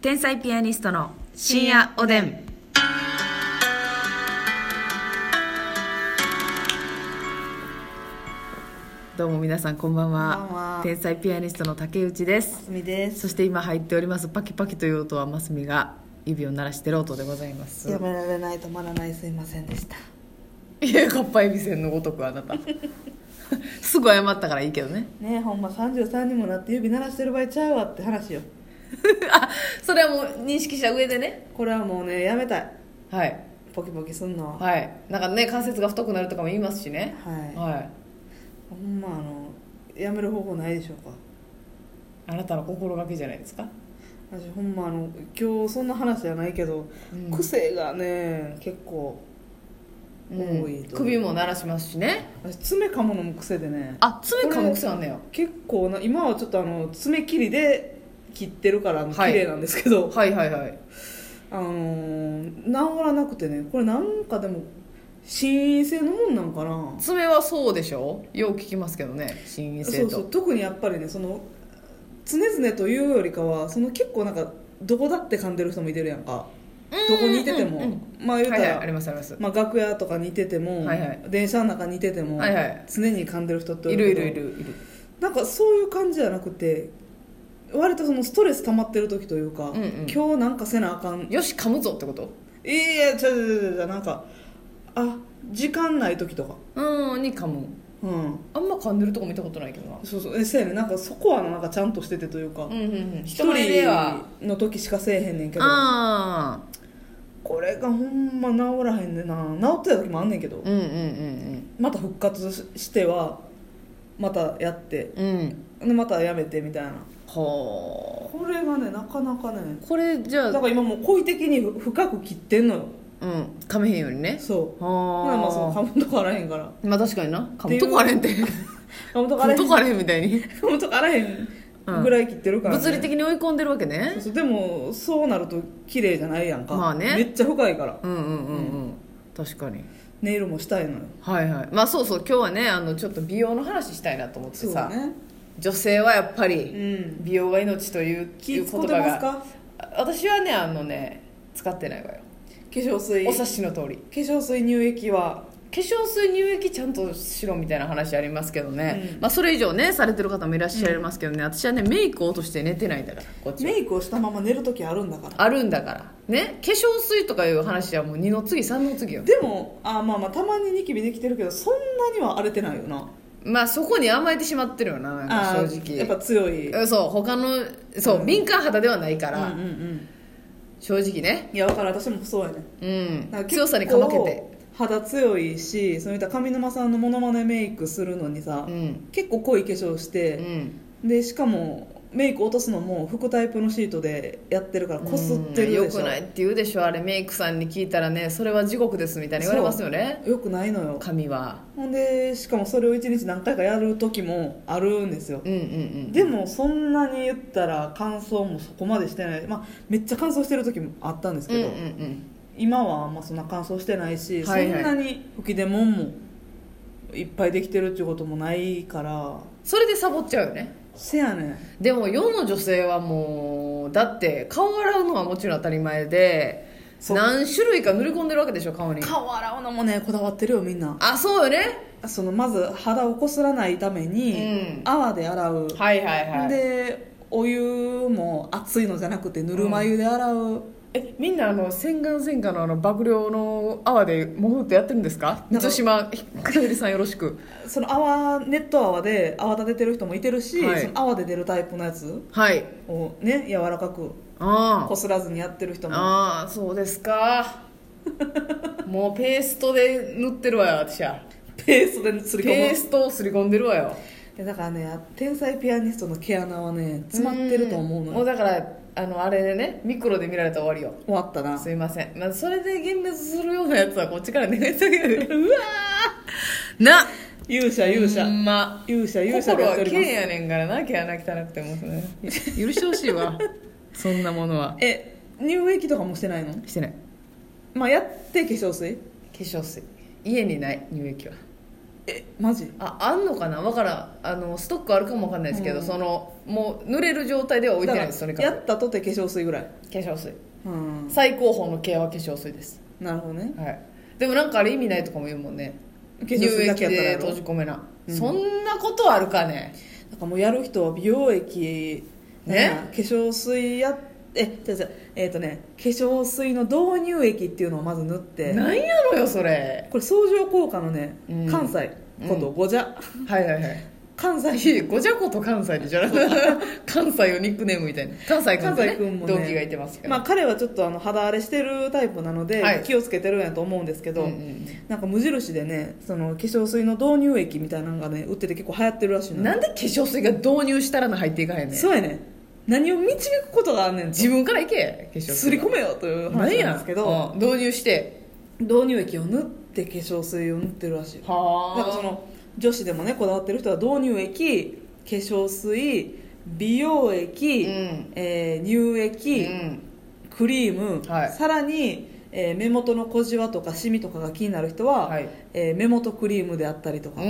天才ピアニストの深夜おでん。どうも皆さんこんばんは。こんばんは天才ピアニストの竹内です。すみですそして今入っておりますパキパキという音はマスミが指を鳴らしてる音でございます。やめられない止まらないすいませんでしたいやかっぱえびせんのごとくあなた。 すぐ謝ったからいいけどね。ねえほんま33にもなって指鳴らしてる場合ちゃうわって話よあ、それはもう認識した上でね。これはもうねやめたいはい。ポキポキすんのははい。なんかね関節が太くなるとかも言いますしね。はい、はい。ほんまあのやめる方法ないでしょうかあなたの心がけじゃないですか。私ほんまあの今日そんな話じゃないけど、うん癖がね結構多いと首も鳴らしますしね。私爪噛むのも癖でねあ、爪噛む癖あんねよ。結構な今はちょっとあの爪切りで切ってるからあの綺はい麗なんですけど、はいはいはい。あのー、治らなくてねこれなんかでも心因性のもんなんかな爪はそうでしょよう聞きますけどね。心因性そうと。そう特にやっぱりねその常々というよりかはその結構なんかどこだって噛んでる人もいてるやんかどこにいてても、うんうんうんまあ言うたはら、いはい、ありますあります。まあ、楽屋とかにいてても、はいはい電車の中にいてても、はいはい常に噛んでる人ってい多るいけどるいるいる。なんかそういう感じじゃなくて割とそのストレス溜まってる時というか、うんうん今日なんかせなあかんよし噛むぞってこと。いやちゃうちゃうちゃうちゃうなんかあ時間ない時とかうんに噛む。うんあんま噛んでるとこ見たことないけどな。そうそうえせやねなんかそこはなんかちゃんとしててというかうんうんうん。一、人では。人の時しかせえへんねんけどああ。これがほんま治らへんねんな治ってた時もあんねんけど、うんうんうんまた復活ししてはまたやってうん。うん。でまたやめてみたいなはこれがねなかなかねあ。これじゃだかあ、ら今もう故意的にふ深く切ってんのようん噛めへんようにね。そうはほなまあそのあ。噛むとこあらへんからまあ確かにな。噛むとこあれんて。噛むとこ噛あらへむんとこあれへんみたい に。噛むとこあらへんぐらい切ってるから、ね物理的に追い込んでるわけねそうでもそうなると綺麗じゃないやんかまあねめっちゃ深いからうんうんうんうん確かにネイルもしたいのよはいはいまあそうそう今日はねあのちょっと美容の話したいなと思ってさ、ね女性はやっぱうりん美容が命という気いう使言葉ってますがかあ私はねあのね使ってないわよ化粧水お化察しの通り粧水乳液は化粧水乳液ちゃんとしろみたいな話ありますけどね、うんまあそれ以上ねされてる方もいらっしゃいますけどね、私はねメイク落として寝てないんだからこっちはメイクをしたまま寝る時あるんだからあるんだからね化粧水とかいう話はもう二の次三の次よでもあまあまあたまにニキビできてるけどそんなには荒れてないよなまあそこに甘えてしまってるよななんかあー正直やっぱ強いうんうんそう他のそう、敏感肌ではないかうんうら、ん正直ねいや分かる私もそうやねうんなん結強構さにかまけて肌強いしそういった上沼さんのモノマネメイクするのにさ、うん結構濃い化粧して、うんでしかもメイク落とすのも服タイプのシートでやってるからこすってるよでしょ、くないって言うでしょあれメイクさんに聞いたらねそれは地獄ですみたいに言われますよねよくないのよ髪はほんでしかもそれを一日何回かやる時もあるんですよ、うんうんうんでもそんなに言ったら乾燥もそこまでしてない、まあ、めっちゃ乾燥してる時もあったんですうんうけんうど、ん今はあんまそんな乾燥してないし、はいはいそんなに吹き出もんもいっぱいできてるっていうこともないからそれでサボっちゃうよねせやねんでも世の女性はもうだって顔洗うのはもちろん当たり前でそう何種類か塗り込んでるわけでしょ顔に顔洗うのもねこだわってるよみんなあそうよねそのまず肌をこすらないために、うん泡で洗う、はいはいはいでお湯も熱いのじゃなくてぬるま湯で洗う、えみんなあの洗顔洗顔のあの爆量の泡で潜ってやってるんですかなん水島か片桐さんよろしくその泡ネット泡で泡立ててる人もいてるし、はいその泡で出るタイプのやつはいをね柔らかくあこすらずにやってる人もああそうです かもうペーストで塗ってるわよ私はペーストですりペー込むストをすり込んでるわよでだからね天才ピアニストの毛穴はね詰まってると思うのもうよだからあのあれでねミクロで見られたら終わりよ終わったなすいません、まあ、それで幻滅するようなやつはこっちから願い下げるうわーな勇者勇ほ者んま勇者勇者心でやっはてお綺ります麗やねんからな毛穴汚くてもね許してほしいわそんなものはえ乳液とかもしてないのしてないまあやって化粧水化粧水家にない乳液はえマジああんのかなわからんあのストックあるかもわかんないですけど、うんそのもう濡れる状態では置いてないですとだにかからやくったとて化粧水ぐらい化粧水うん最高峰のケアは化粧水です、なるほどねはい、でもなんかあれ意味ないとかも言うもんね化乳粧水だ液けやったらでやろ閉じ込めな、うんそんなことあるかねなんかもうやる人は美容液ねなんか化粧水やえ違う違うえっ、とね化粧水の導入液っていうのをまず塗ってなんやろよそれこれ相乗効果のね、うん関西今度うごじゃ、はいはいはい関西いえごじゃこと関西でじゃなくて 関西をニックネームみたいな関西君,、関西君もね同期がいてますけど、まあ彼はちょっとあの肌荒れしてるタイプなので、はい気をつけてるんやと思うんですけど、うんうんなんか無印でねその化粧水の導入液みたいなのがね売ってて結構流行ってるらしいのなんで化粧水が導入したらな入っていかへんねんそうやね何を導くことがあんねんと自分からいけ化粧水すり込めよという話なんですけどうん導入して導入液を塗って化粧水を塗ってるらしいはなんかその女子でもねこだわってる人は導入液化粧水美容液、うんえー乳液、うんクリーム、はいさらに、えー目元の小じわとかシミとかが気になる人は、はいえー目元クリームであったりとか、う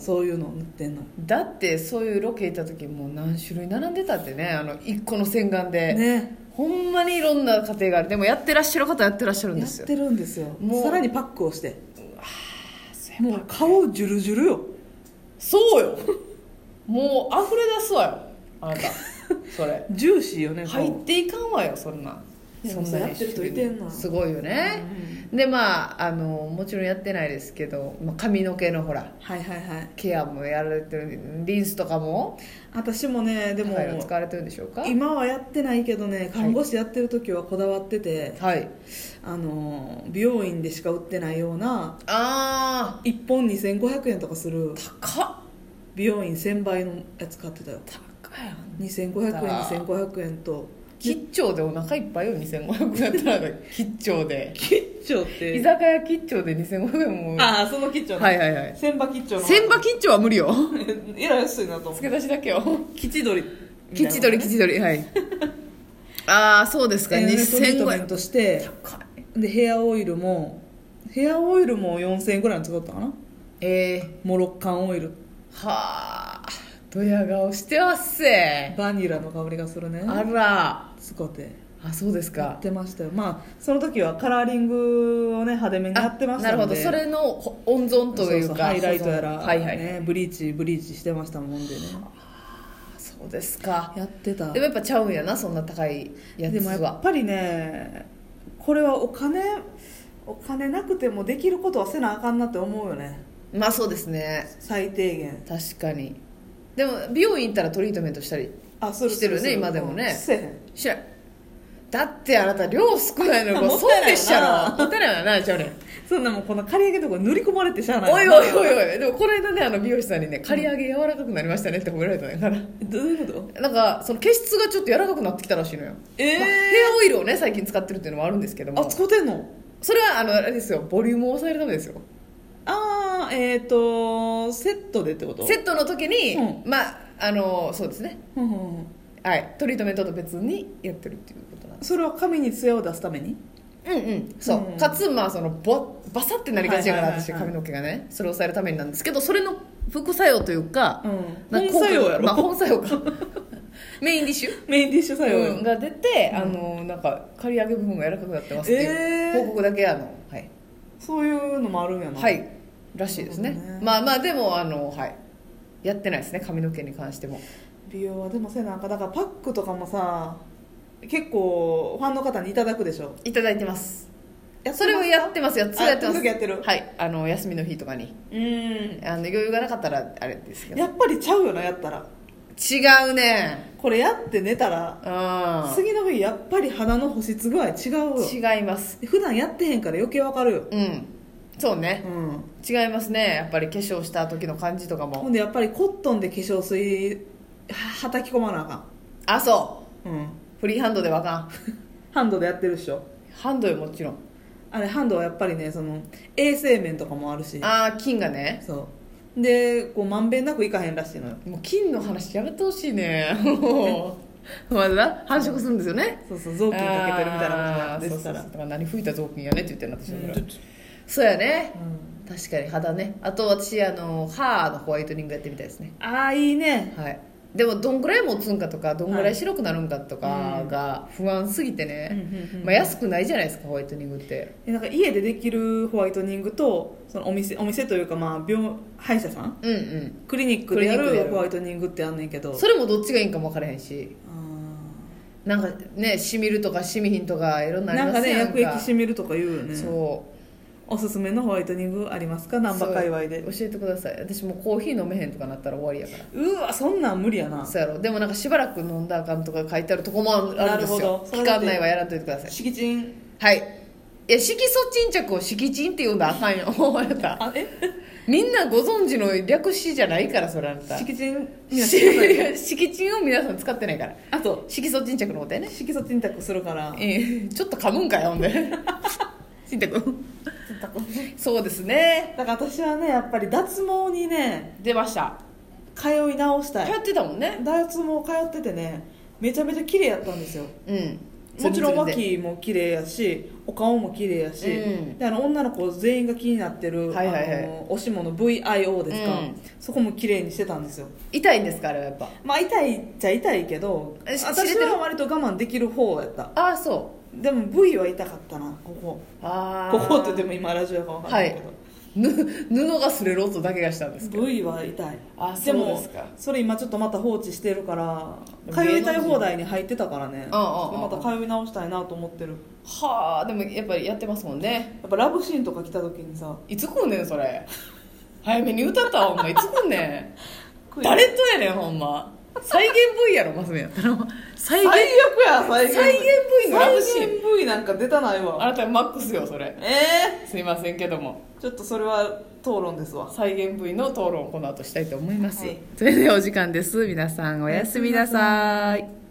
そういうのを塗ってんのんだってそういうロケ行った時もう何種類並んでたってねあの一個の洗顔で、ねほんまにいろんな家庭があるでもやってらっしゃる方はやってらっしゃるんやでっすよてるんですよもうさらにパックをしてももう顔ジュルジュルよそう よもう溢れ出すわよあ なたそれジューシーよね顔入っていかんわよそんないやそんなにやってる人いてんなすごいよね、でまああのもちろんやってないですけど、まあ、髪の毛のほらはいはいはいケアもやられてるリンスとかも私もねででもも使われてるんでしょうか今はやってないけどね看護師やってる時はこだわってて、はいあの美容院でしか売ってないようなあ1本2500円とかするー高っ美容院1000倍のやつ買ってたよ高いやん2500円2500円と吉兆でお腹いっぱいよ2500円だったら吉兆で吉兆っ居て酒屋吉兆で2500円もああその吉兆はいいはいはい千葉吉兆の千葉吉兆は無理よえらい安いなと思付け出しだけよ吉鳥吉取り吉取りはい ああそうですかえートリート2500メン円トして高いでヘアオイルもヘアオイルも4000円ぐらいの使ったかなえー、モロッカンオイルはあドヤ顔してますせバニラの香りがするねあら使ってあそうですやかってましたよまあその時はカラーリングをね派手めにやってましたあなるのほどでそれのほ温存というかそうそうハイライトやら、はいはい、ね、ブリーチブリーチしてましたもんでねあそうですかやってたでもやっぱちゃうんやなそんな高いやつでもやっはぱりねこれはお金お金なくてもできることはせなあかんなって思うよねまあそうですね最低限確かにでも美容院行ったらトリートメントしたりあそれしてるね今でもねせえへんしないだってあなた量少ないのにもこっうたい損ないよでなしたろもったいないよなちゃうねんそんなもうこの刈り上げとか塗り込まれてしゃあないおいおいおいおいでもこの間ねあの美容師さんにね刈り上げ柔らかくなりましたねって褒められたんやからどういうことなんかその毛質がちょっと柔らかくなってきたらしいのよ、えまあヘアオイルをね最近使ってるっていうのもあるんですけどあも使ってんのそれはあのあれですよボリュームを抑えるためですよああえっ、ー、とセットでってことセットの時に、うまああのそうですねうんうんうんはいトリートメントと別にやってるっていうことなんですそれは髪に艶を出すためにうんうんそう、うんかつまあそのボバサってなりがちだから、はいはいはいはい私髪の毛がねそれを抑えるためになんですけどそれの副作用というか,、うんなんか本作用やろまあ、本作用か メインディッシュメインディッシュ作用よ、が出て、あのなんか刈り上げ部分が柔らかくなってますってえいーう報告だけあの、はいそういうのもあるんやなはいらしいですねなるほどねまあまあでもあのはいやってないですね髪の毛に関しても美容はでもせなんかだからパックとかもさ結構ファンの方にいただくでしょいただいてますやってますそれをやってますやつやってまあす時々やってるはいあの休みの日とかにうんあの余裕がなかったらあれですけどやっぱりちゃうよなやったら違うねこれやって寝たらう次の日やっぱり肌の保湿具合違うよん違います普段やってへんから余計わかるようんそうねうん違いますねやっぱり化粧した時の感じとかほもんでやっぱりコットンで化粧水ははたき込まなあかあそんうんうフリーハンドでわかんハンドでやってるっしょハンドよもちろんあれハンドはやっぱりねその衛生面とかもあるしああ金がねそうでこうまんべんなくいかへんらしいのよもう金の話やめてほしいねもう まだ繁殖するんですよねそうそう雑巾かけてるみたいなことあーでそうすそかうそうらだから何吹いた雑巾やねって言ってるな私だからうんちょっとそうやねうん確かに肌ねあと私あの歯のホワイトニングやってみたいですねああいいねはいでもどんぐらい持つんかとかどんぐらい白くなるんかとかが不安すぎてね、まあ、や安くないじゃないですかホワイトニングってなんか家でできるホワイトニングとそのお店お店というかまあ病歯医者さんうんうんクリニックでやクリニックでやるるホワイトニングってあんねんけどそれもどっちがいいんかも分からへんしあなんかねしみるとかしみひんとかいろんなーあなりまんかすねや薬液しみるとか言うよねそうおすすめのホワイトニングありますか難波界隈でそう教えてください私もうコーヒー飲めへんとかなったら終わりやからうわそんなん無理やなそうやろでもなんかしばらく飲んだらあかんとか書いてあるとこもあるあるんですなるよほどそれ期で間内はやらんといてください敷地んはいいや色素沈着を色沈って言うんだらあかんよ あなたあえみんなご存知の略詞じゃないからそれあなた敷地ん皆さんし色沈を皆さん使ってないからあと色素沈着のことやね色素沈着するからええちょっと噛むんかよほんで沈着そうですねだから私はねやっぱり脱毛にね出ました通い直した流行いってたもんね脱毛通っててねめちゃめちゃ綺麗やったんですようんもちろんツルツルで脇も綺麗やしお顔も綺麗やし、うんであの女の子全員が気になってる、はいはいはいあのおしもの VIO ですか、うんそこも綺麗にしてたんですよ痛いんですかあれはやっぱまあ痛いっちゃ痛いけどえし私知れてるは割と我慢できる方やったああそうでも V は痛かったなここあここって言っても今ラジオやから分かんないけど、ぬ布が擦れる音だけがしたんですけど V は痛いあでそうもですかそれ今ちょっとまた放置してるからでも通いたい放題に入ってたからねああああまた通い直したいなと思ってるはあでもやっぱりやってますもんねやっぱラブシーンとか来た時にさいつ来んねんそれ早めに歌ったわほんまいつ来んねクんイ誰とやねんほんま再現 V やろマスミやったら再最悪現や再現再現 V のラブシーン再現 V なんか出たないあわなたマックスよそれえすいませんけどもー、ちょっとそれは討論ですわ再現 V の討論をこの後したいと思います、はいそれではお時間です皆さんおやすみなさい